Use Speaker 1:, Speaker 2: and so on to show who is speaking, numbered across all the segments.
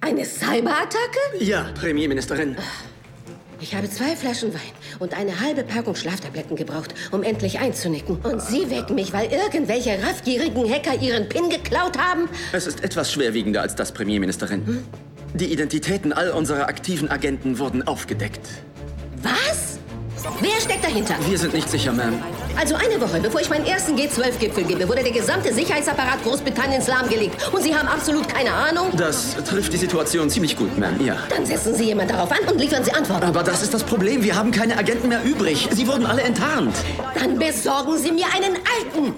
Speaker 1: Eine Cyberattacke?
Speaker 2: Ja, Premierministerin.
Speaker 1: Ich habe zwei Flaschen Wein und eine halbe Packung Schlaftabletten gebraucht, um endlich einzunicken. Und Sie wecken mich, weil irgendwelche raffgierigen Hacker Ihren PIN geklaut haben?
Speaker 2: Es ist etwas schwerwiegender als das, Premierministerin. Die Identitäten all unserer aktiven Agenten wurden aufgedeckt.
Speaker 1: Was? Wer steckt dahinter?
Speaker 2: Wir sind nicht sicher, Ma'am.
Speaker 1: Also eine Woche, bevor ich meinen ersten G12-Gipfel gebe, wurde der gesamte Sicherheitsapparat Großbritanniens lahmgelegt. Und Sie haben absolut keine Ahnung?
Speaker 2: Das trifft die Situation ziemlich gut, Ma'am, ja.
Speaker 1: Dann setzen Sie jemand darauf an und liefern Sie Antworten.
Speaker 2: Aber das ist das Problem. Wir haben keine Agenten mehr übrig. Sie wurden alle enttarnt.
Speaker 1: Dann besorgen Sie mir einen alten.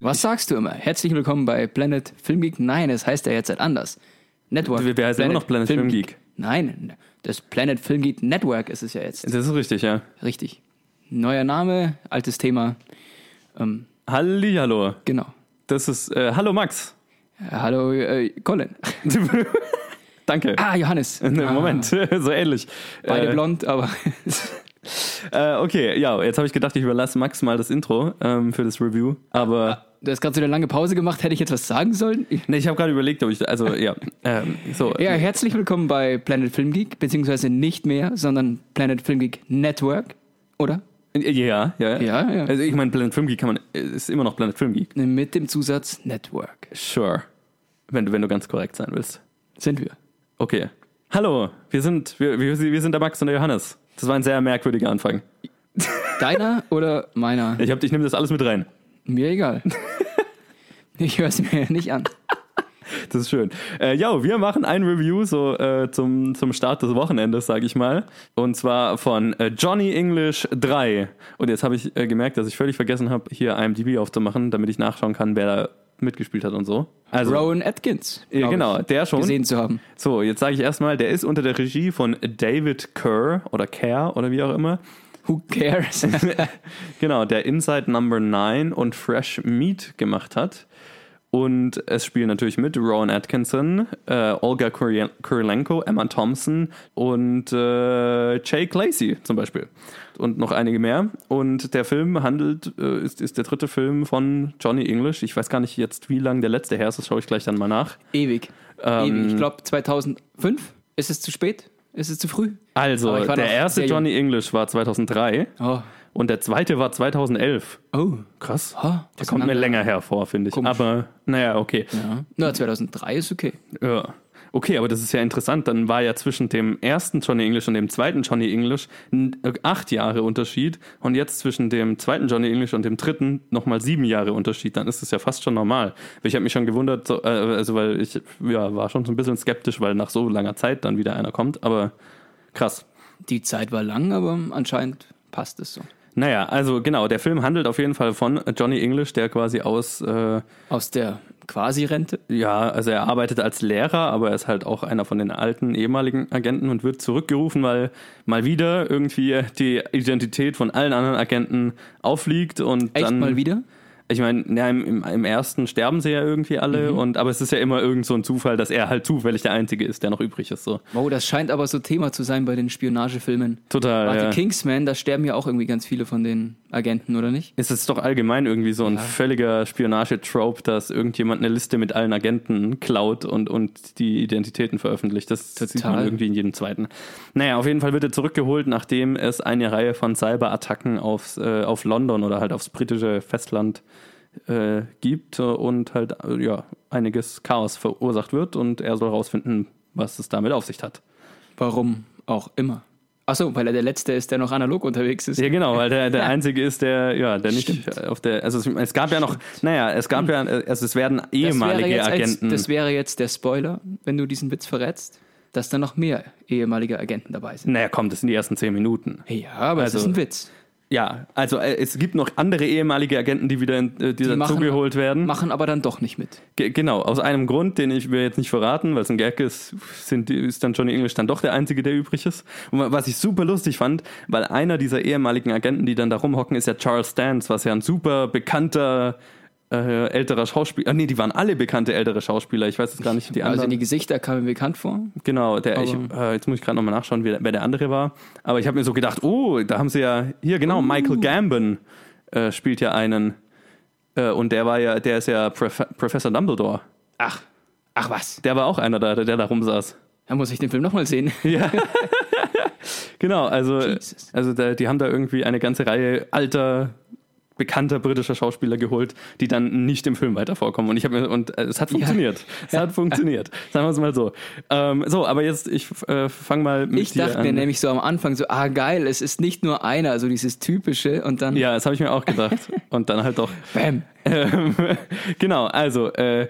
Speaker 3: Was sagst du immer? Herzlich willkommen bei Planet Film Geek. Nein, es heißt ja jetzt anders. Network.
Speaker 4: Wir- wir heißen immer noch Planet Film Geek.
Speaker 3: Nein, das Planet Film Geek Network ist es ja jetzt.
Speaker 4: Das ist richtig, ja.
Speaker 3: Richtig. Neuer Name, altes Thema.
Speaker 4: Hallihallo.
Speaker 3: Genau.
Speaker 4: Das ist, äh, hallo Max.
Speaker 3: Äh, hallo, äh, Colin.
Speaker 4: Danke.
Speaker 3: Ah, Johannes.
Speaker 4: Ne,
Speaker 3: Ah,
Speaker 4: Moment, so ähnlich.
Speaker 3: Beide
Speaker 4: äh,
Speaker 3: blond, aber
Speaker 4: äh, okay, ja, jetzt habe ich gedacht, ich überlasse Max mal das Intro ähm, für das Review. Aber
Speaker 3: du hast gerade so eine lange Pause gemacht. Hätte ich jetzt was sagen sollen?
Speaker 4: ne, ich habe gerade überlegt, ob ich, also ja, ähm, so.
Speaker 3: Ja, herzlich willkommen bei Planet Film Geek, beziehungsweise nicht mehr, sondern Planet Film Geek Network, oder?
Speaker 4: ja,
Speaker 3: Ja,
Speaker 4: ja,
Speaker 3: ja.
Speaker 4: Also ich meine, Planet Film Geek kann man, ist immer noch Planet Film Geek.
Speaker 3: Mit dem Zusatz Network.
Speaker 4: Sure, wenn du, wenn du ganz korrekt sein willst.
Speaker 3: Sind wir.
Speaker 4: Okay. Hallo, wir sind, wir, wir, wir sind der Max und der Johannes. Das war ein sehr merkwürdiger Anfang.
Speaker 3: Deiner oder meiner?
Speaker 4: Ich, hab- ich nehme das alles mit rein.
Speaker 3: Mir egal. Ich höre es mir nicht an.
Speaker 4: Das ist schön. Äh, ja, wir machen ein Review so äh, zum, zum Start des Wochenendes, sag ich mal. Und zwar von äh, Johnny English 3. Und jetzt habe ich äh, gemerkt, dass ich völlig vergessen habe, hier IMDb aufzumachen, damit ich nachschauen kann, wer da mitgespielt hat und so. Also,
Speaker 3: Rowan Atkins.
Speaker 4: ja,
Speaker 3: glaub
Speaker 4: genau,
Speaker 3: ich,
Speaker 4: der schon.
Speaker 3: Gesehen zu haben.
Speaker 4: So, jetzt sage ich erstmal, der ist unter der Regie von David Kerr oder Kerr oder wie auch immer.
Speaker 3: Who cares?
Speaker 4: Genau, der Inside Number 9 und Fresh Meat gemacht hat. Und es spielen natürlich mit Rowan Atkinson, äh, Olga Kurien- Kurilenko, Emma Thompson und äh, Jay Lacey zum Beispiel. Und noch einige mehr. Und der Film handelt, äh, ist, ist der dritte Film von Johnny English. Ich weiß gar nicht jetzt, wie lang der letzte her ist, das schaue ich gleich dann mal nach.
Speaker 3: Ewig.
Speaker 4: Ähm,
Speaker 3: Ewig. Ich glaube 2005. Ist es zu spät? Ist es zu früh?
Speaker 4: Also,
Speaker 3: Aber ich war
Speaker 4: der
Speaker 3: noch
Speaker 4: erste
Speaker 3: sehr jung.
Speaker 4: Johnny English war 2003
Speaker 3: Oh.
Speaker 4: und der zweite war 2011.
Speaker 3: Oh.
Speaker 4: Krass.
Speaker 3: Ha,
Speaker 4: Der kommt mir
Speaker 3: auseinander.
Speaker 4: länger hervor, finde ich.
Speaker 3: Komisch.
Speaker 4: Aber naja, okay.
Speaker 3: Ja. Na, 2003 ist okay.
Speaker 4: Ja. Okay, aber das ist ja interessant. Dann war ja zwischen dem ersten Johnny English und dem zweiten Johnny English n- äh, acht Jahre Unterschied. Und jetzt zwischen dem zweiten Johnny English und dem dritten nochmal sieben Jahre Unterschied. Dann ist es ja fast schon normal. Ich habe mich schon gewundert, so, äh, also weil ich ja, war schon so ein bisschen skeptisch, weil nach so langer Zeit dann wieder einer kommt. Aber krass.
Speaker 3: Die Zeit war lang, aber anscheinend passt es so.
Speaker 4: Naja, also genau, der Film handelt auf jeden Fall von Johnny English, der quasi aus. Äh,
Speaker 3: Aus der Quasi-Rente.
Speaker 4: Ja, also er arbeitet als Lehrer, aber er ist halt auch einer von den alten ehemaligen Agenten und wird zurückgerufen, weil mal wieder irgendwie die Identität von allen anderen Agenten auffliegt und
Speaker 3: Echt
Speaker 4: dann
Speaker 3: mal wieder?
Speaker 4: Ich meine, ja, im, im, im ersten sterben sie ja irgendwie
Speaker 3: Mhm.
Speaker 4: alle und aber es ist ja immer irgend so ein Zufall, dass er halt zufällig der einzige ist, der noch übrig ist so.
Speaker 3: Oh, das scheint aber so Thema zu sein bei den Spionagefilmen.
Speaker 4: Total.
Speaker 3: Warte,
Speaker 4: ja.
Speaker 3: Kingsman, da sterben ja auch irgendwie ganz viele von den Agenten, oder nicht?
Speaker 4: Es ist doch allgemein irgendwie so ein völliger Spionage-Trope, dass irgendjemand eine Liste mit allen Agenten klaut und, und die Identitäten veröffentlicht. Das sieht
Speaker 3: Total.
Speaker 4: man irgendwie in jedem zweiten. Naja, auf jeden Fall wird er zurückgeholt, nachdem es eine Reihe von Cyberattacken aufs, äh, auf London oder halt aufs britische Festland äh, gibt äh, und halt äh, ja, einiges Chaos verursacht wird und er soll herausfinden, was es damit auf sich hat.
Speaker 3: Warum auch immer. Achso, weil er der Letzte ist, der noch analog unterwegs ist.
Speaker 4: Ja, genau, weil der, der Einzige ist, der, ja, der nicht auf der, also es, es gab ja noch, naja, es gab ja, also es werden ehemalige
Speaker 3: Hm. jetzt
Speaker 4: Agenten.
Speaker 3: Als, das wäre jetzt der Spoiler, wenn du diesen Witz verrätst, dass da noch mehr ehemalige Agenten dabei sind.
Speaker 4: naja, komm, das sind die ersten zehn Minuten.
Speaker 3: Ja, aber
Speaker 4: Also,
Speaker 3: es ist ein Witz.
Speaker 4: Ja, also äh, es gibt noch andere ehemalige Agenten, die wieder in, äh, die
Speaker 3: machen-
Speaker 4: dazugeholt werden.
Speaker 3: Machen aber dann doch nicht mit.
Speaker 4: Ge- Genau, aus einem Grund, den ich will jetzt nicht verraten, weil es ein Gag ist, sind, die- ist dann Johnny English dann doch der Einzige, der übrig ist. Und wa- was ich super lustig fand, weil einer dieser ehemaligen Agenten, die dann da rumhocken, ist ja Charles Dance, was ja ein super bekannter äh, älterer Schauspieler. Ah, nee, die waren alle bekannte ältere Schauspieler. Ich weiß jetzt gar nicht, die
Speaker 3: Also
Speaker 4: anderen.
Speaker 3: die Gesichter kamen mir bekannt vor.
Speaker 4: genau, der, ich, äh, jetzt muss ich gerade nochmal nachschauen, wer, wer der andere war. Aber ich habe mir so gedacht, oh, da haben sie ja, hier
Speaker 3: Uh.
Speaker 4: genau, Michael Gambon äh, spielt ja einen. Äh, und der war ja, der ist ja Prof Professor Dumbledore.
Speaker 3: Ach, ach was.
Speaker 4: Der war auch einer da, der, der da rumsaß.
Speaker 3: Da muss ich den Film nochmal sehen.
Speaker 4: Genau, also,
Speaker 3: Jesus.
Speaker 4: also da, die haben da irgendwie eine ganze Reihe alter, bekannter britischer Schauspieler geholt, die dann nicht im Film weiter vorkommen. Und ich habe mir, und äh, es hat funktioniert. Es hat funktioniert. Sagen wir es mal so. Ähm, so, aber jetzt, ich äh, fange mal mit
Speaker 3: Ich
Speaker 4: dir
Speaker 3: dachte
Speaker 4: an.
Speaker 3: mir nämlich so am Anfang so, ah geil, es ist nicht nur einer, so dieses typische und dann
Speaker 4: ja, das habe ich mir auch gedacht. Und dann halt doch.
Speaker 3: bam.
Speaker 4: Ähm, genau, also äh,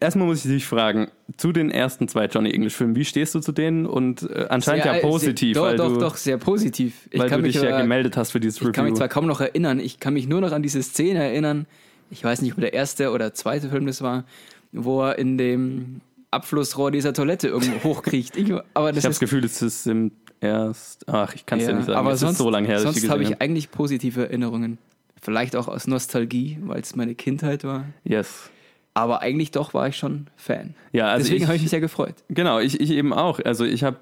Speaker 4: erstmal muss ich dich fragen, zu den ersten zwei Johnny English-Filmen, wie stehst du zu denen? Und äh, anscheinend ja,
Speaker 3: äh,
Speaker 4: positiv,
Speaker 3: Sehr,
Speaker 4: weil
Speaker 3: doch,
Speaker 4: du,
Speaker 3: doch, doch, sehr positiv. Ich
Speaker 4: weil
Speaker 3: kann
Speaker 4: du
Speaker 3: mich
Speaker 4: dich ja
Speaker 3: aber-
Speaker 4: gemeldet hast für dieses
Speaker 3: Ich kann
Speaker 4: Review.
Speaker 3: mich zwar kaum noch erinnern, ich kann mich nur noch an diese Szene erinnern. Ich weiß nicht, ob der erste oder zweite Film das war, wo er in dem Abflussrohr dieser Toilette irgendwo hochkriecht. Ich, aber das
Speaker 4: Ich habe das
Speaker 3: ist
Speaker 4: Gefühl, es ist im erst. Ach, ich kann es dir nicht sagen.
Speaker 3: aber
Speaker 4: es
Speaker 3: sonst,
Speaker 4: ist so lange her, dass ich
Speaker 3: sonst
Speaker 4: die
Speaker 3: habe
Speaker 4: gesehen
Speaker 3: ich eigentlich positive Erinnerungen. Vielleicht auch aus Nostalgie, weil es meine Kindheit war.
Speaker 4: hab. Yes.
Speaker 3: Aber eigentlich doch war ich schon Fan.
Speaker 4: Ja, also
Speaker 3: Deswegen
Speaker 4: ich-
Speaker 3: habe ich mich sehr gefreut.
Speaker 4: Genau, ich, ich eben auch. Also ich habe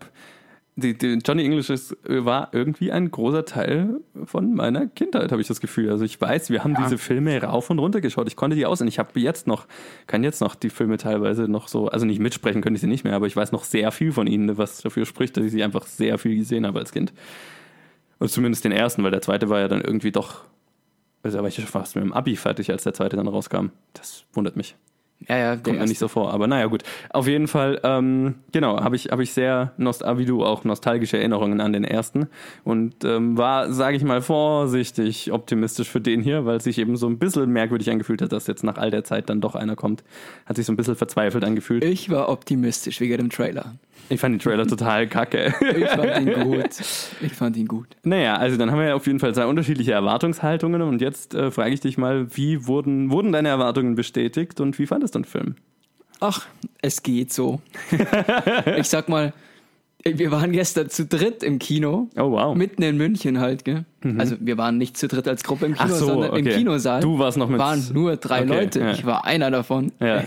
Speaker 4: die, die Johnny English ist, war irgendwie ein großer Teil von meiner Kindheit, habe ich das Gefühl. Also ich weiß, wir haben diese Filme rauf und runter geschaut. Ich konnte die aus und ich habe jetzt noch, kann jetzt noch die Filme teilweise noch so, also nicht mitsprechen könnte ich sie nicht mehr, aber ich weiß noch sehr viel von ihnen, was dafür spricht, dass ich sie einfach sehr viel gesehen habe als Kind. Und zumindest den ersten, weil der zweite war ja dann irgendwie doch, also da war ich schon fast mit dem Abi fertig, als der zweite dann rauskam. Das wundert mich.
Speaker 3: Ja, ja, der
Speaker 4: Kommt mir
Speaker 3: erste.
Speaker 4: nicht so vor, aber naja, gut. Auf jeden Fall, ähm, genau, habe ich, hab ich sehr, nost ah, wie du, auch nostalgische Erinnerungen an den ersten und ähm, war, sage ich mal, vorsichtig optimistisch für den hier, weil es sich eben so ein bisschen merkwürdig angefühlt hat, dass jetzt nach all der Zeit dann doch einer kommt. Hat sich so ein bisschen verzweifelt angefühlt.
Speaker 3: Ich war optimistisch wegen dem Trailer.
Speaker 4: Ich fand den Trailer total kacke.
Speaker 3: Ich fand ihn gut. Ich fand ihn gut.
Speaker 4: Naja, also dann haben wir ja auf jeden Fall zwei unterschiedliche Erwartungshaltungen und jetzt äh, frage ich dich mal, wie wurden, wurden deine Erwartungen bestätigt und wie fandest du den Film?
Speaker 3: Ach, es geht so. ich sag mal, wir waren gestern zu dritt im Kino.
Speaker 4: Oh, wow. Mhm.
Speaker 3: Mitten in München halt, gell? Also wir waren nicht zu dritt als Gruppe im Kino,
Speaker 4: Ach so,
Speaker 3: sondern im
Speaker 4: okay.
Speaker 3: Kinosaal.
Speaker 4: Du warst noch mit-
Speaker 3: Waren nur drei
Speaker 4: Okay,
Speaker 3: Leute.
Speaker 4: ja.
Speaker 3: Ich war einer davon.
Speaker 4: Ja.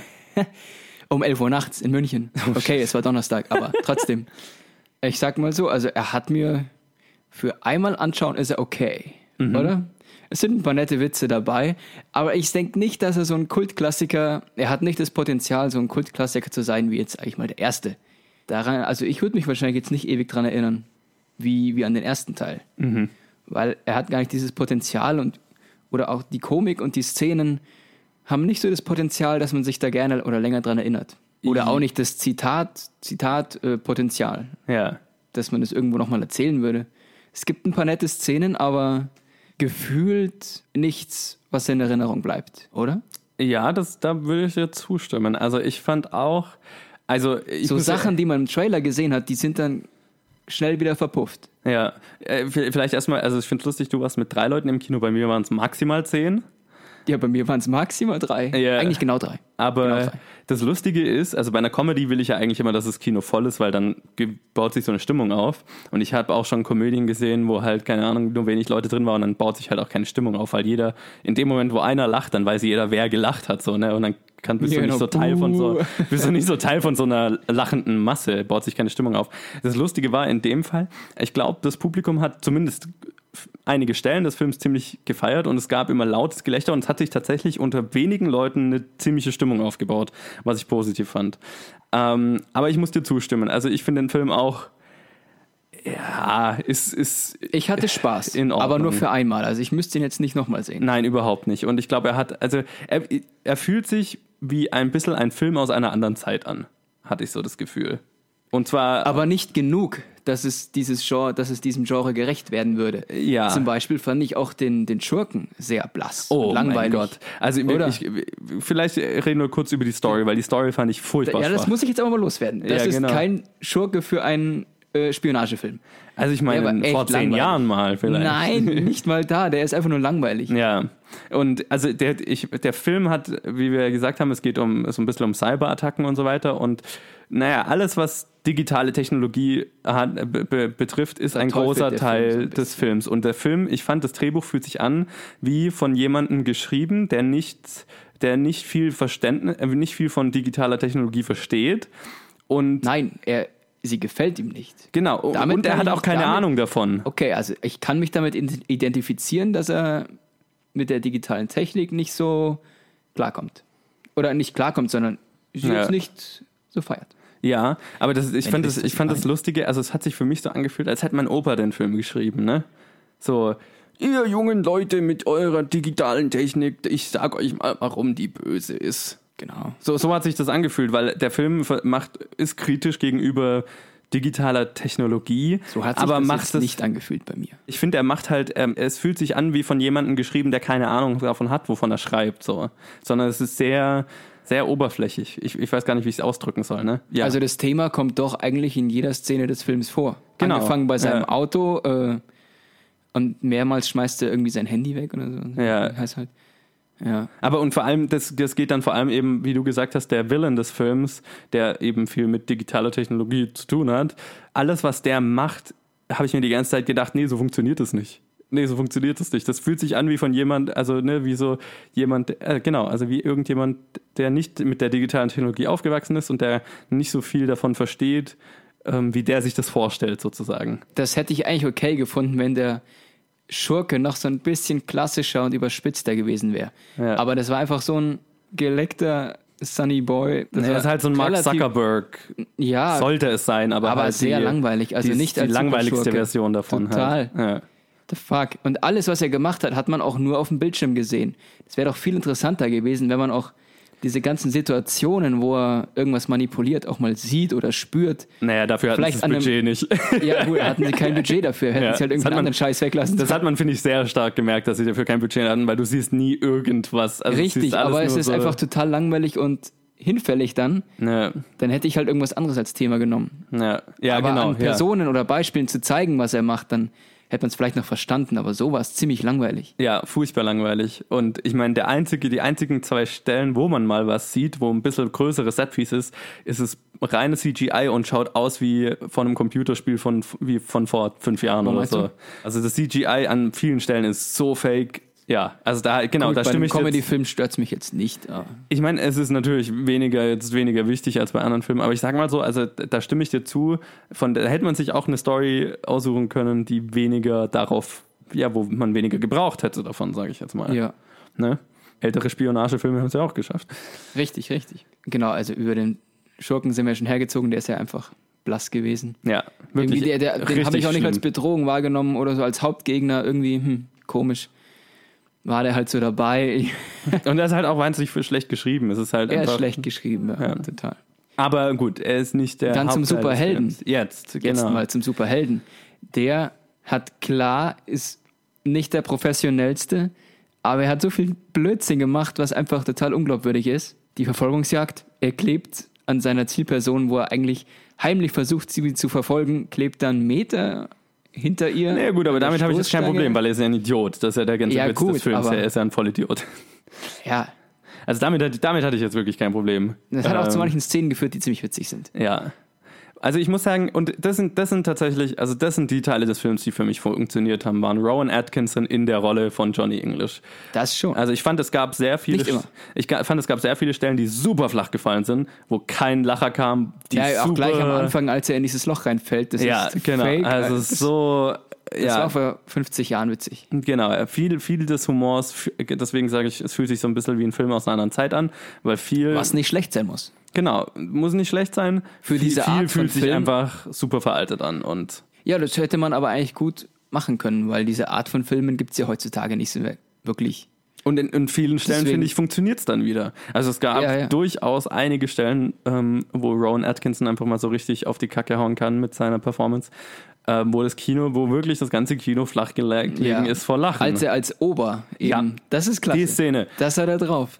Speaker 3: Um 11 Uhr nachts in München. Okay, es war Donnerstag, aber trotzdem. Ich sag mal so, also er hat mir für einmal anschauen ist er okay, oder? Es sind ein paar nette Witze dabei, aber ich denke nicht, dass er so ein Kultklassiker, er hat nicht das Potenzial, so ein Kultklassiker zu sein, wie jetzt, sag ich mal, der erste. Daran, also ich würde mich wahrscheinlich jetzt nicht ewig dran erinnern, wie, wie an den ersten Teil. Weil er hat gar nicht dieses Potenzial und oder auch die Komik und die Szenen haben nicht so das Potenzial, dass man sich da gerne oder länger dran erinnert. Oder auch nicht das Zitat, Zitat, äh, Potenzial
Speaker 4: Ja.
Speaker 3: dass man es irgendwo nochmal erzählen würde. Es gibt ein paar nette Szenen, aber gefühlt nichts, was in Erinnerung bleibt, oder?
Speaker 4: Ja, das, da würde ich dir zustimmen. Also ich fand auch, also ich
Speaker 3: So
Speaker 4: muss-
Speaker 3: Sachen, die man im Trailer gesehen hat, die sind dann schnell wieder verpufft.
Speaker 4: Ja, äh, vi- vielleicht erstmal, also ich finde es lustig, du warst mit drei Leuten im Kino, bei mir waren es maximal zehn.
Speaker 3: Ja, bei mir waren es maximal drei.
Speaker 4: Ja.
Speaker 3: Eigentlich genau drei.
Speaker 4: Aber
Speaker 3: Genau drei.
Speaker 4: das Lustige ist, also bei einer Comedy will ich ja eigentlich immer, dass das Kino voll ist, weil dann ge- baut sich so eine Stimmung auf. Und ich habe auch schon Komödien gesehen, wo halt, keine Ahnung, nur wenig Leute drin waren und dann baut sich halt auch keine Stimmung auf, weil jeder, in dem Moment, wo einer lacht, dann weiß jeder, wer gelacht hat, so, ne? Und dann kann, bist
Speaker 3: Ja,
Speaker 4: du nicht so
Speaker 3: genau.
Speaker 4: Teil von so,
Speaker 3: Buh.
Speaker 4: bist du nicht so Teil von so einer lachenden Masse, baut sich keine Stimmung auf. Das Lustige war in dem Fall, ich glaube, das Publikum hat zumindest einige Stellen des Films ziemlich gefeiert und es gab immer lautes Gelächter und es hat sich tatsächlich unter wenigen Leuten eine ziemliche Stimmung aufgebaut, was ich positiv fand. Ähm, aber ich muss dir zustimmen. Also ich finde den Film auch, ja, ist, ist,
Speaker 3: Ich hatte Spaß,
Speaker 4: In Ordnung.
Speaker 3: aber nur für einmal. Also ich müsste ihn jetzt nicht nochmal sehen.
Speaker 4: Nein, überhaupt nicht. Und ich glaube, er hat, also er, er fühlt sich wie ein bisschen ein Film aus einer anderen Zeit an, hatte ich so das Gefühl. Und zwar,
Speaker 3: Aber nicht genug, dass es, dieses Genre, dass es diesem Genre gerecht werden würde.
Speaker 4: Ja. Oh
Speaker 3: Zum Beispiel fand ich auch den, den Schurken sehr blass und langweilig.
Speaker 4: Mein Gott. Also
Speaker 3: Oder?
Speaker 4: ich, vielleicht reden wir kurz über die Story, weil die Story fand ich furchtbar
Speaker 3: Ja, das
Speaker 4: schwach.
Speaker 3: muss ich jetzt aber mal loswerden. Das
Speaker 4: Ja,
Speaker 3: ist
Speaker 4: genau.
Speaker 3: kein Schurke für einen äh, Spionagefilm.
Speaker 4: Also ich
Speaker 3: Der war
Speaker 4: meine,
Speaker 3: echt
Speaker 4: vor zehn
Speaker 3: langweilig.
Speaker 4: Jahren mal vielleicht.
Speaker 3: Nein, nicht mal da. Der ist einfach nur langweilig.
Speaker 4: Ja. Und also der, ich, der Film hat, wie wir gesagt haben, es geht um so ein bisschen um Cyberattacken und so weiter. Und naja, alles, was digitale Technologie hat, be, be, betrifft, ist ein
Speaker 3: Verteufelt
Speaker 4: großer
Speaker 3: der Film
Speaker 4: Teil
Speaker 3: so ein
Speaker 4: des Films. Und der Film, ich fand, das Drehbuch fühlt sich an wie von jemandem geschrieben, der nicht, der nicht viel Verständnis, äh, nicht viel von digitaler Technologie versteht. Und
Speaker 3: Nein, er, sie gefällt ihm nicht.
Speaker 4: genau,
Speaker 3: Damit
Speaker 4: und er
Speaker 3: kann
Speaker 4: hat
Speaker 3: ich
Speaker 4: auch
Speaker 3: mich
Speaker 4: keine
Speaker 3: damit-
Speaker 4: Ahnung davon.
Speaker 3: Okay, also ich kann mich damit in- identifizieren, dass er mit der digitalen Technik nicht so klarkommt. Oder nicht klarkommt, sondern sie
Speaker 4: Ja.
Speaker 3: jetzt nicht so feiert.
Speaker 4: Ja, aber das, ich, fand
Speaker 3: Endlich
Speaker 4: das, ich
Speaker 3: zu
Speaker 4: fand das
Speaker 3: vereinen.
Speaker 4: Lustige, also es hat sich für mich so angefühlt, als hätte mein Opa den Film geschrieben, ne? So, ihr jungen Leute mit eurer digitalen Technik, ich sag euch mal, warum die böse ist.
Speaker 3: Genau.
Speaker 4: So, so hat sich das angefühlt, weil der Film ver- macht, ist kritisch gegenüber digitaler Technologie,
Speaker 3: So hat sich
Speaker 4: aber
Speaker 3: das
Speaker 4: macht
Speaker 3: jetzt
Speaker 4: es
Speaker 3: nicht angefühlt bei mir.
Speaker 4: ich finde, er macht halt, ähm, es fühlt sich an wie von jemandem geschrieben, der keine Ahnung davon hat, wovon er schreibt, so. Sondern es ist sehr, sehr oberflächlich. Ich, ich weiß gar nicht, wie ich es ausdrücken soll, ne? Ja.
Speaker 3: Also das Thema kommt doch eigentlich in jeder Szene des Films vor.
Speaker 4: Genau.
Speaker 3: Angefangen bei seinem
Speaker 4: Ja.
Speaker 3: Auto äh, und mehrmals schmeißt er irgendwie sein Handy weg oder so.
Speaker 4: Ja.
Speaker 3: Heißt halt. Ja.
Speaker 4: Aber und vor allem, das, das geht dann vor allem eben, wie du gesagt hast, der Villain des Films, der eben viel mit digitaler Technologie zu tun hat. Alles, was der macht, habe ich mir die ganze Zeit gedacht, nee, so funktioniert das nicht. Nee, so funktioniert das nicht. Das fühlt sich an wie von jemand, also ne, wie so jemand, äh, genau, also wie irgendjemand, der nicht mit der digitalen Technologie aufgewachsen ist und der nicht so viel davon versteht, ähm, wie der sich das vorstellt sozusagen.
Speaker 3: Das hätte ich eigentlich okay gefunden, wenn der Schurke noch so ein bisschen klassischer und überspitzter gewesen wäre.
Speaker 4: Ja.
Speaker 3: Aber das war einfach so ein geleckter Sunny Boy.
Speaker 4: Das
Speaker 3: war
Speaker 4: ist halt so ein Mark
Speaker 3: relativ-
Speaker 4: Zuckerberg,
Speaker 3: Ja,
Speaker 4: sollte es sein, aber,
Speaker 3: Ah. aber
Speaker 4: halt
Speaker 3: sehr
Speaker 4: die,
Speaker 3: langweilig. Also
Speaker 4: die,
Speaker 3: nicht
Speaker 4: die
Speaker 3: als
Speaker 4: langweiligste
Speaker 3: Superschurke.
Speaker 4: Version davon.
Speaker 3: Total.
Speaker 4: Halt. Ja.
Speaker 3: the fuck. Und alles, was er gemacht hat, hat man auch nur auf dem Bildschirm gesehen. Das wäre doch viel interessanter gewesen, wenn man auch diese ganzen Situationen, wo er irgendwas manipuliert, auch mal sieht oder spürt.
Speaker 4: Naja, dafür hatten sie
Speaker 3: Vielleicht
Speaker 4: das
Speaker 3: an einem-
Speaker 4: Budget nicht.
Speaker 3: Ja, gut, hatten sie kein Budget dafür, hätten
Speaker 4: Ja,
Speaker 3: sie halt
Speaker 4: das hat
Speaker 3: irgendeinen
Speaker 4: man-
Speaker 3: anderen Scheiß weglassen
Speaker 4: Das hat man, finde ich, sehr stark gemerkt, dass sie dafür kein Budget hatten, weil du siehst nie irgendwas. Also du siehst
Speaker 3: Richtig,
Speaker 4: alles
Speaker 3: aber
Speaker 4: nur
Speaker 3: es ist
Speaker 4: so,
Speaker 3: einfach total langweilig und hinfällig dann.
Speaker 4: Ja,
Speaker 3: Dann hätte ich halt irgendwas anderes als Thema genommen.
Speaker 4: ja, ja
Speaker 3: aber
Speaker 4: genau.
Speaker 3: an Personen oder Beispielen zu zeigen, was er macht, dann hätte man es vielleicht noch verstanden, aber so war es ziemlich langweilig.
Speaker 4: ja. ja, furchtbar langweilig. Und ich meine, der einzige, die einzigen zwei Stellen, wo man mal was sieht, wo ein bisschen größere Setpiece ist, ist es reine CGI und schaut aus wie von einem Computerspiel von, wie von vor fünf Jahren oder
Speaker 3: meinst
Speaker 4: so.
Speaker 3: du?
Speaker 4: Also das CGI an vielen Stellen ist so fake. Ja, also da, genau,
Speaker 3: Gut,
Speaker 4: da
Speaker 3: bei
Speaker 4: stimme
Speaker 3: einem
Speaker 4: ich jetzt-
Speaker 3: Comedy-Film stört es mich jetzt nicht. Aber
Speaker 4: Ich meine, es ist natürlich weniger jetzt weniger wichtig als bei anderen Filmen, aber ich sag mal so, also d- da stimme ich dir zu, von da hätte man sich auch eine Story aussuchen können, die weniger darauf, ja, wo man weniger gebraucht hätte davon, sage ich jetzt mal.
Speaker 3: ja.
Speaker 4: Ne? Ältere Spionagefilme haben es ja auch geschafft.
Speaker 3: Richtig, richtig. Genau, also über den Schurken sind wir schon hergezogen, der ist ja einfach blass gewesen.
Speaker 4: Ja, wirklich.
Speaker 3: Irgendwie der, der, den
Speaker 4: richtig
Speaker 3: habe ich auch nicht
Speaker 4: schlimm.
Speaker 3: als Bedrohung wahrgenommen oder so als Hauptgegner. Irgendwie hm, komisch. War der halt so dabei.
Speaker 4: Und er ist halt auch wahnsinnig für schlecht geschrieben. Es ist halt
Speaker 3: Er ist
Speaker 4: einfach.
Speaker 3: schlecht geschrieben, ja, total.
Speaker 4: Aber gut, er ist nicht der.
Speaker 3: Dann zum
Speaker 4: Hauptteil des
Speaker 3: Superhelden.
Speaker 4: Films. Jetzt, genau.
Speaker 3: Jetzt mal zum Superhelden. Der hat klar, ist nicht der professionellste, aber er hat so viel Blödsinn gemacht, was einfach total unglaubwürdig ist. Die Verfolgungsjagd, er klebt an seiner Zielperson, wo er eigentlich heimlich versucht, sie zu verfolgen, klebt dann Meter hinter ihr.
Speaker 4: Ja gut, aber
Speaker 3: an der
Speaker 4: damit habe ich jetzt kein
Speaker 3: Stoßstange.
Speaker 4: Problem, weil er ist ja ein Idiot. Das ist ja der ganze
Speaker 3: Ja,
Speaker 4: Witz
Speaker 3: gut,
Speaker 4: des Films.
Speaker 3: aber-
Speaker 4: Er ist ja ein Vollidiot.
Speaker 3: Ja,
Speaker 4: Also damit, hat- damit hatte ich jetzt wirklich kein Problem.
Speaker 3: das hat auch zu
Speaker 4: Ähm,
Speaker 3: manchen Szenen geführt, die ziemlich witzig sind.
Speaker 4: Ja. Also ich muss sagen, und das sind, das sind tatsächlich, also das sind die Teile des Films, die für mich funktioniert haben, waren Rowan Atkinson in der Rolle von Johnny English.
Speaker 3: Das schon.
Speaker 4: Also ich fand, es gab sehr viele,
Speaker 3: Nicht immer.
Speaker 4: ich ga- fand, es gab sehr viele Stellen, die super flach gefallen sind, wo kein Lacher kam. Die
Speaker 3: ja, auch
Speaker 4: super,
Speaker 3: gleich am Anfang, als er in dieses Loch reinfällt. Das
Speaker 4: Ja,
Speaker 3: ist
Speaker 4: genau.
Speaker 3: fake.
Speaker 4: also
Speaker 3: das,
Speaker 4: so,
Speaker 3: das
Speaker 4: ja,
Speaker 3: war vor 50 Jahren witzig.
Speaker 4: genau. Viel, viel des Humors, f- deswegen sage ich, es fühlt sich so ein bisschen wie ein Film aus einer anderen Zeit an, weil viel,
Speaker 3: Was nicht schlecht sein muss.
Speaker 4: genau, muss nicht schlecht sein. Für
Speaker 3: diese
Speaker 4: viel
Speaker 3: Art von
Speaker 4: fühlt sich
Speaker 3: Film.
Speaker 4: einfach super veraltet an und
Speaker 3: Ja, das hätte man aber eigentlich gut machen können, weil diese Art von Filmen gibt es ja heutzutage nicht so mehr wirklich.
Speaker 4: Und in, in vielen Stellen,
Speaker 3: Deswegen-
Speaker 4: finde ich, funktioniert es dann wieder. Also es gab
Speaker 3: Ja, ja.
Speaker 4: durchaus einige Stellen, ähm, wo Rowan Atkinson einfach mal so richtig auf die Kacke hauen kann mit seiner Performance, ähm, wo das Kino, wo wirklich das ganze Kino flach gelegen
Speaker 3: Ja.
Speaker 4: ist vor Lachen.
Speaker 3: Als er als Ober eben.
Speaker 4: Ja.
Speaker 3: Das ist klasse.
Speaker 4: die Szene.
Speaker 3: Das hat er drauf.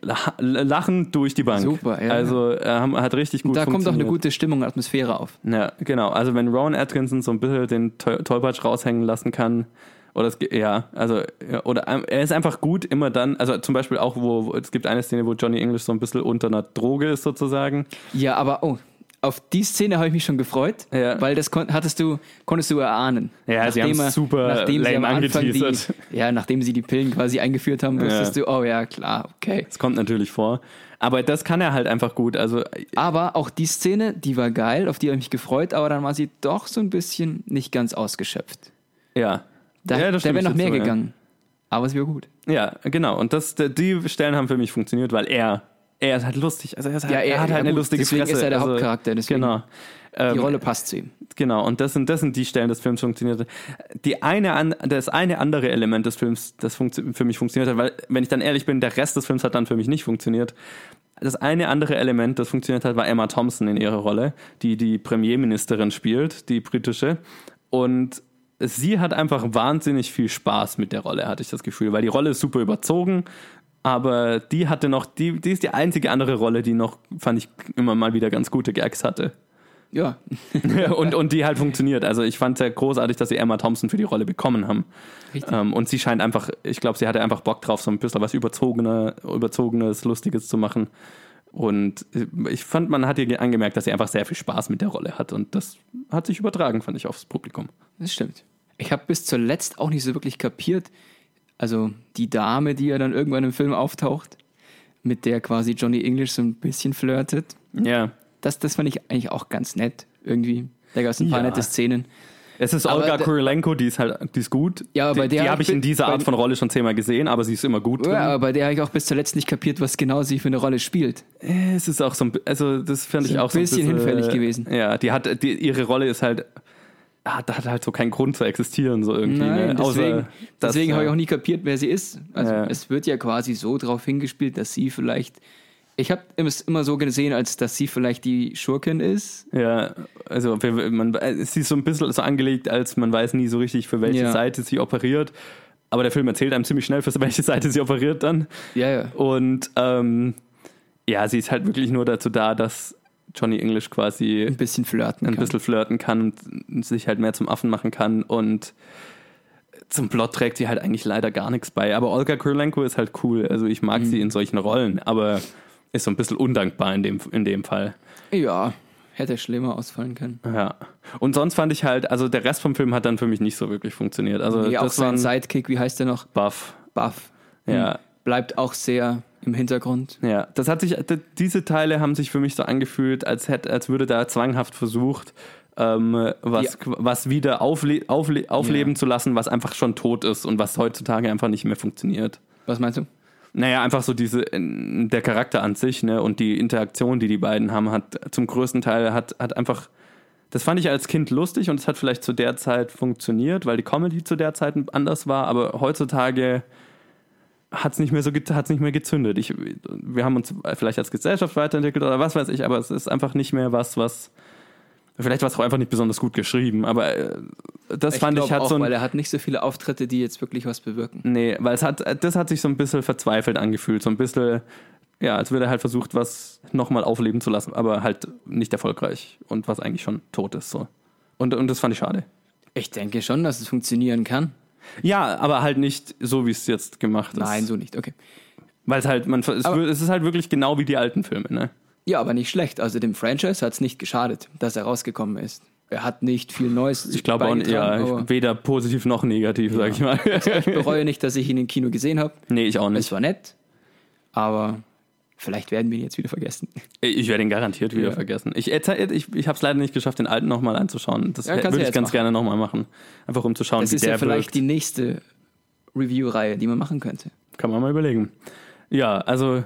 Speaker 4: Lach- Lachen durch die Bank.
Speaker 3: Super, ja.
Speaker 4: Also äh, haben- hat richtig gut
Speaker 3: da kommt auch
Speaker 4: funktioniert.
Speaker 3: eine gute Stimmung und Atmosphäre auf.
Speaker 4: Ja, genau. Also wenn Rowan Atkinson so ein bisschen den Tol- Tollpatsch raushängen lassen kann, oder es, ge- ja, also ja, oder ähm, er ist einfach gut immer dann, also zum Beispiel auch wo wo- es gibt eine Szene, wo Johnny English so ein bisschen unter einer Droge ist sozusagen.
Speaker 3: Ja, aber oh, auf die Szene habe ich mich schon gefreut,
Speaker 4: Ja.
Speaker 3: weil das kon hattest du, konntest du erahnen.
Speaker 4: Ja, sie haben's
Speaker 3: er-
Speaker 4: super
Speaker 3: nachdem sie
Speaker 4: lame
Speaker 3: am Anfang die,
Speaker 4: angeteasert.
Speaker 3: Ja, nachdem sie die Pillen quasi eingeführt haben, wusstest du, oh ja, klar, okay.
Speaker 4: Das kommt natürlich vor. Aber das kann er halt einfach gut. Also
Speaker 3: Aber auch die Szene, die war geil, auf die habe ich mich gefreut, aber dann war sie doch so ein bisschen nicht ganz ausgeschöpft.
Speaker 4: ja.
Speaker 3: Da,
Speaker 4: ja, das
Speaker 3: da
Speaker 4: stimme
Speaker 3: wäre
Speaker 4: ich
Speaker 3: noch
Speaker 4: dir
Speaker 3: mehr
Speaker 4: zu, ja.
Speaker 3: gegangen. Aber es wäre gut.
Speaker 4: Ja, genau. Und das, die Stellen haben für mich funktioniert, weil er, er ist halt lustig. Also er, ist halt,
Speaker 3: Ja, er-
Speaker 4: er hat halt
Speaker 3: ja,
Speaker 4: eine
Speaker 3: gut,
Speaker 4: lustige
Speaker 3: deswegen
Speaker 4: Fresse.
Speaker 3: ist er der
Speaker 4: also,
Speaker 3: Hauptcharakter, deswegen.
Speaker 4: Genau.
Speaker 3: Die
Speaker 4: Ähm,
Speaker 3: Rolle passt zu ihm.
Speaker 4: Genau, und das sind, das sind die Stellen des Films funktioniert. Die eine an, das eine andere Element des Films, das funktio- für mich funktioniert hat, weil, wenn ich dann ehrlich bin, der Rest des Films hat dann für mich nicht funktioniert. Das eine andere Element, das funktioniert hat, war Emma Thompson in ihrer Rolle, die die Premierministerin spielt, die britische. Und sie hat einfach wahnsinnig viel Spaß mit der Rolle, hatte ich das Gefühl, weil die Rolle ist super überzogen. Aber die hatte noch, die, die ist die einzige andere Rolle, die noch, fand ich, immer mal wieder ganz gute Gags hatte.
Speaker 3: Ja.
Speaker 4: und, und die halt funktioniert. Also ich fand es ja großartig, dass sie Emma Thompson für die Rolle bekommen haben.
Speaker 3: Richtig.
Speaker 4: Ähm, und sie scheint einfach, ich glaube, sie hatte einfach Bock drauf, so ein bisschen was Überzogener, Überzogenes, Lustiges zu machen. Und ich fand, man hat ihr angemerkt, dass sie einfach sehr viel Spaß mit der Rolle hat. Und das hat sich übertragen, fand ich, aufs Publikum.
Speaker 3: Das stimmt. Ich habe bis zuletzt auch nicht so wirklich kapiert, also die Dame, die ja dann irgendwann im Film auftaucht, mit der quasi Johnny English so ein bisschen flirtet,
Speaker 4: Ja.
Speaker 3: das, das fand ich eigentlich auch ganz nett irgendwie. Da gab es ein paar
Speaker 4: Ja.
Speaker 3: nette Szenen.
Speaker 4: Es ist
Speaker 3: Aber
Speaker 4: Olga
Speaker 3: da-
Speaker 4: Kurilenko, die ist halt, die ist gut.
Speaker 3: Ja, aber
Speaker 4: die,
Speaker 3: der-
Speaker 4: die habe ich in dieser
Speaker 3: bei-
Speaker 4: Art von Rolle schon zehnmal gesehen, aber sie ist immer gut.
Speaker 3: Ja,
Speaker 4: drin.
Speaker 3: aber der habe ich auch bis zuletzt nicht kapiert, was genau sie für eine Rolle spielt.
Speaker 4: Es ist auch so ein, bi- also das fand
Speaker 3: Ist
Speaker 4: ich
Speaker 3: ein
Speaker 4: auch so ein
Speaker 3: bisschen hinfällig gewesen.
Speaker 4: Ja, die hat, die, ihre Rolle ist halt, hat, hat halt so keinen Grund zu existieren, so irgendwie. ne?
Speaker 3: Nein,
Speaker 4: Außer,
Speaker 3: deswegen,
Speaker 4: dass,
Speaker 3: deswegen habe
Speaker 4: äh,
Speaker 3: ich auch nie kapiert, wer sie ist. Also
Speaker 4: Ja.
Speaker 3: es wird ja quasi so drauf hingespielt, dass sie vielleicht. Ich habe es immer so gesehen, als dass sie vielleicht die Schurkin ist.
Speaker 4: Ja, also wir- man, es ist so ein bisschen so angelegt, als man weiß nie so richtig, für welche
Speaker 3: Ja.
Speaker 4: Seite sie operiert. Aber der Film erzählt einem ziemlich schnell, für welche Seite sie operiert dann.
Speaker 3: Ja, ja.
Speaker 4: Und ähm, ja, sie ist halt wirklich nur dazu da, dass Johnny English quasi
Speaker 3: Ein bisschen flirten.
Speaker 4: ein
Speaker 3: kann.
Speaker 4: bisschen flirten kann und sich halt mehr zum Affen machen kann und zum Plot trägt sie halt eigentlich leider gar nichts bei. Aber Olga Kurylenko ist halt cool. Also ich
Speaker 3: Mhm.
Speaker 4: mag sie in solchen Rollen, aber ist so ein bisschen undankbar in dem, in dem Fall.
Speaker 3: Ja, hätte schlimmer ausfallen können.
Speaker 4: Ja. Und sonst fand ich halt, also der Rest vom Film hat dann für mich nicht so wirklich funktioniert. Also
Speaker 3: Ja, auch
Speaker 4: das war
Speaker 3: sein
Speaker 4: ein
Speaker 3: Sidekick, wie heißt der noch?
Speaker 4: Buff.
Speaker 3: Buff. Hm.
Speaker 4: Ja.
Speaker 3: Bleibt auch sehr im Hintergrund.
Speaker 4: Ja, das hat sich, d- diese Teile haben sich für mich so angefühlt, als hätte, als würde da zwanghaft versucht, ähm, was,
Speaker 3: Ja.
Speaker 4: was wieder aufle aufle aufleben
Speaker 3: Ja.
Speaker 4: zu lassen, was einfach schon tot ist und was heutzutage einfach nicht mehr funktioniert.
Speaker 3: Was meinst du?
Speaker 4: Naja, einfach so diese, äh, der Charakter an sich, ne, und die Interaktion, die die beiden haben, hat zum größten Teil hat, hat einfach, das fand ich als Kind lustig und es hat vielleicht zu der Zeit funktioniert, weil die Comedy zu der Zeit anders war, aber heutzutage hat es nicht mehr so ge- hat's nicht mehr gezündet. Ich, wir haben uns vielleicht als Gesellschaft weiterentwickelt oder was weiß ich, aber es ist einfach nicht mehr was, was vielleicht war es auch einfach nicht besonders gut geschrieben, aber äh, das fand
Speaker 3: glaub
Speaker 4: ich hat
Speaker 3: auch,
Speaker 4: so ein
Speaker 3: weil er hat nicht so viele Auftritte, die jetzt wirklich was bewirken.
Speaker 4: Nee, weil es hat, das hat sich so ein bisschen verzweifelt angefühlt. So ein bisschen, ja, als würde er halt versucht, was nochmal aufleben zu lassen, aber halt nicht erfolgreich und was eigentlich schon tot ist. So. Und, und das fand ich schade.
Speaker 3: Ich denke schon, dass es funktionieren kann.
Speaker 4: Ja, aber halt nicht so, wie es jetzt gemacht ist.
Speaker 3: Nein, so nicht. Okay.
Speaker 4: Weil es halt, man, es,
Speaker 3: Aber-
Speaker 4: wird- es ist halt wirklich genau wie die alten Filme, ne?
Speaker 3: Ja, aber nicht schlecht. Also dem Franchise hat es nicht geschadet, dass er rausgekommen ist. Er hat nicht viel Neues.
Speaker 4: Ich glaube auch ja, ich, weder positiv noch negativ, sag ich mal.
Speaker 3: ich bereue nicht, dass ich ihn im Kino gesehen habe.
Speaker 4: nee, ich auch
Speaker 3: Es
Speaker 4: nicht.
Speaker 3: war nett, aber vielleicht werden wir ihn jetzt wieder vergessen.
Speaker 4: Ich werde ihn garantiert wieder
Speaker 3: Ja.
Speaker 4: vergessen. Ich, erzähl- ich, ich habe es leider nicht geschafft, den alten nochmal anzuschauen. Das
Speaker 3: Ja, kannst
Speaker 4: würde
Speaker 3: du
Speaker 4: ich
Speaker 3: jetzt
Speaker 4: ganz
Speaker 3: machen.
Speaker 4: gerne nochmal machen. Einfach um zu schauen,
Speaker 3: Das
Speaker 4: wie
Speaker 3: ist
Speaker 4: der
Speaker 3: ja vielleicht
Speaker 4: wirkt.
Speaker 3: die nächste Review-Reihe, die man machen könnte.
Speaker 4: Kann man mal überlegen. Ja, also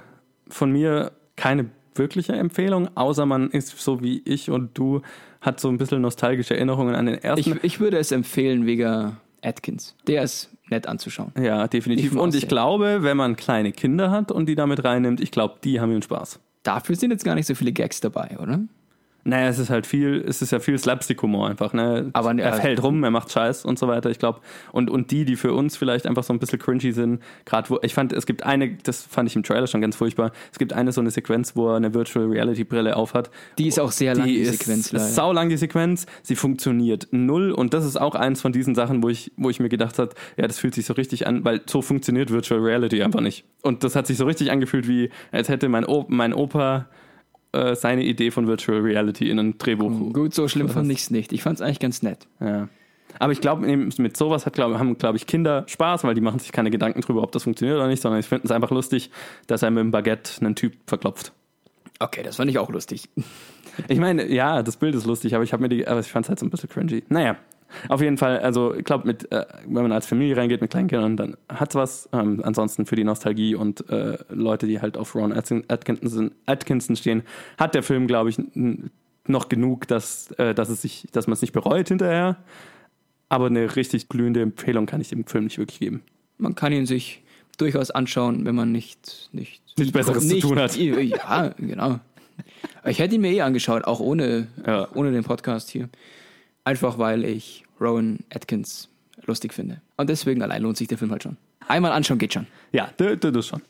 Speaker 4: von mir keine wirkliche Empfehlung, außer man ist so wie ich und du, hat so ein bisschen nostalgische Erinnerungen an den
Speaker 3: Ich,
Speaker 4: ersten.
Speaker 3: ich würde es empfehlen wegen Atkins. Der ist nett anzuschauen.
Speaker 4: ja, definitiv.
Speaker 3: Ich
Speaker 4: und ich
Speaker 3: aussehen.
Speaker 4: glaube, wenn man kleine Kinder hat und die damit reinnimmt, ich glaube, die haben ihren Spaß.
Speaker 3: Dafür sind jetzt gar nicht so viele Gags dabei, oder?
Speaker 4: Naja, es ist halt viel, es ist ja viel Slapstick-Humor einfach, ne?
Speaker 3: Aber- äh, ja.
Speaker 4: er fällt rum, er macht Scheiß und so weiter, ich glaube. Und, und die, die für uns vielleicht einfach so ein bisschen cringy sind, gerade wo, ich fand, es gibt eine, das fand ich im Trailer schon ganz furchtbar, es gibt eine so eine Sequenz, wo er eine Virtual Reality Brille aufhat
Speaker 3: Die ist auch sehr lang, die, Sequenz. leider.
Speaker 4: ist sau lang die Sequenz. Sie funktioniert null und das ist auch eins von diesen Sachen, wo ich, wo ich mir gedacht habe, ja, das fühlt sich so richtig an, weil so funktioniert Virtual Reality einfach nicht. Und das hat sich so richtig angefühlt, wie als hätte mein, o mein Opa äh, seine Idee von Virtual Reality in ein Drehbuch.
Speaker 3: Gut, so schlimm fand ich es nicht. Ich fand es eigentlich ganz nett.
Speaker 4: Ja. Aber ich glaube, eben mit sowas hat, glaub, haben, glaube ich, Kinder Spaß, weil die machen sich keine Gedanken drüber, ob das funktioniert oder nicht, sondern ich finde es einfach lustig, dass er mit dem Baguette einen Typ verklopft.
Speaker 3: Okay, das fand ich auch lustig.
Speaker 4: Ich meine, ja, das Bild ist lustig, aber ich habe mir die, aber ich fand es halt so ein bisschen cringy. Naja, auf jeden Fall, also ich glaube, mit, äh, wenn man als Familie reingeht mit kleinen Kindern, dann hat's was. Ähm, ansonsten für die Nostalgie und äh, Leute, die halt auf Ron Atkin- Atkinson, Atkinson stehen, hat der Film, glaube ich, n- noch genug, dass, äh, dass es sich, dass man es nicht bereut hinterher. Aber eine richtig glühende Empfehlung kann ich dem Film nicht wirklich geben.
Speaker 3: Man kann ihn sich durchaus anschauen, wenn man nicht. Nicht,
Speaker 4: Nichts Besseres zu tun hat.
Speaker 3: Ja, genau. Ich hätte ihn mir eh angeschaut, auch ohne,
Speaker 4: Ja.
Speaker 3: ohne den Podcast hier. Einfach weil ich Rowan Atkins lustig finde. Und deswegen allein lohnt sich der Film halt schon. Einmal anschauen geht schon.
Speaker 4: Ja, d- d- das schon.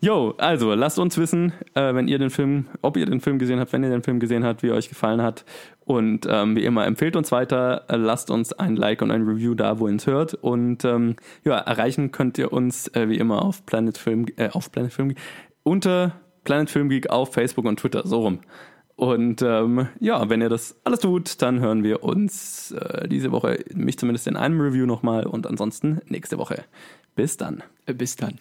Speaker 4: Jo, also lasst uns wissen, äh, wenn ihr den Film, ob ihr den Film gesehen habt, wenn ihr den Film gesehen habt, wie er euch gefallen hat. Und ähm, wie immer, empfehlt uns weiter, äh, lasst uns ein Like und ein Review da, wo ihr uns hört. Und ähm, ja, erreichen könnt ihr uns äh, wie immer auf Planet Film, äh, auf Planet Film, unter Planet Film Geek auf Facebook und Twitter, so rum. Und ähm, ja, wenn ihr das alles tut, dann hören wir uns äh, diese Woche, mich zumindest in einem Review nochmal und ansonsten nächste Woche. Bis dann.
Speaker 3: Bis dann.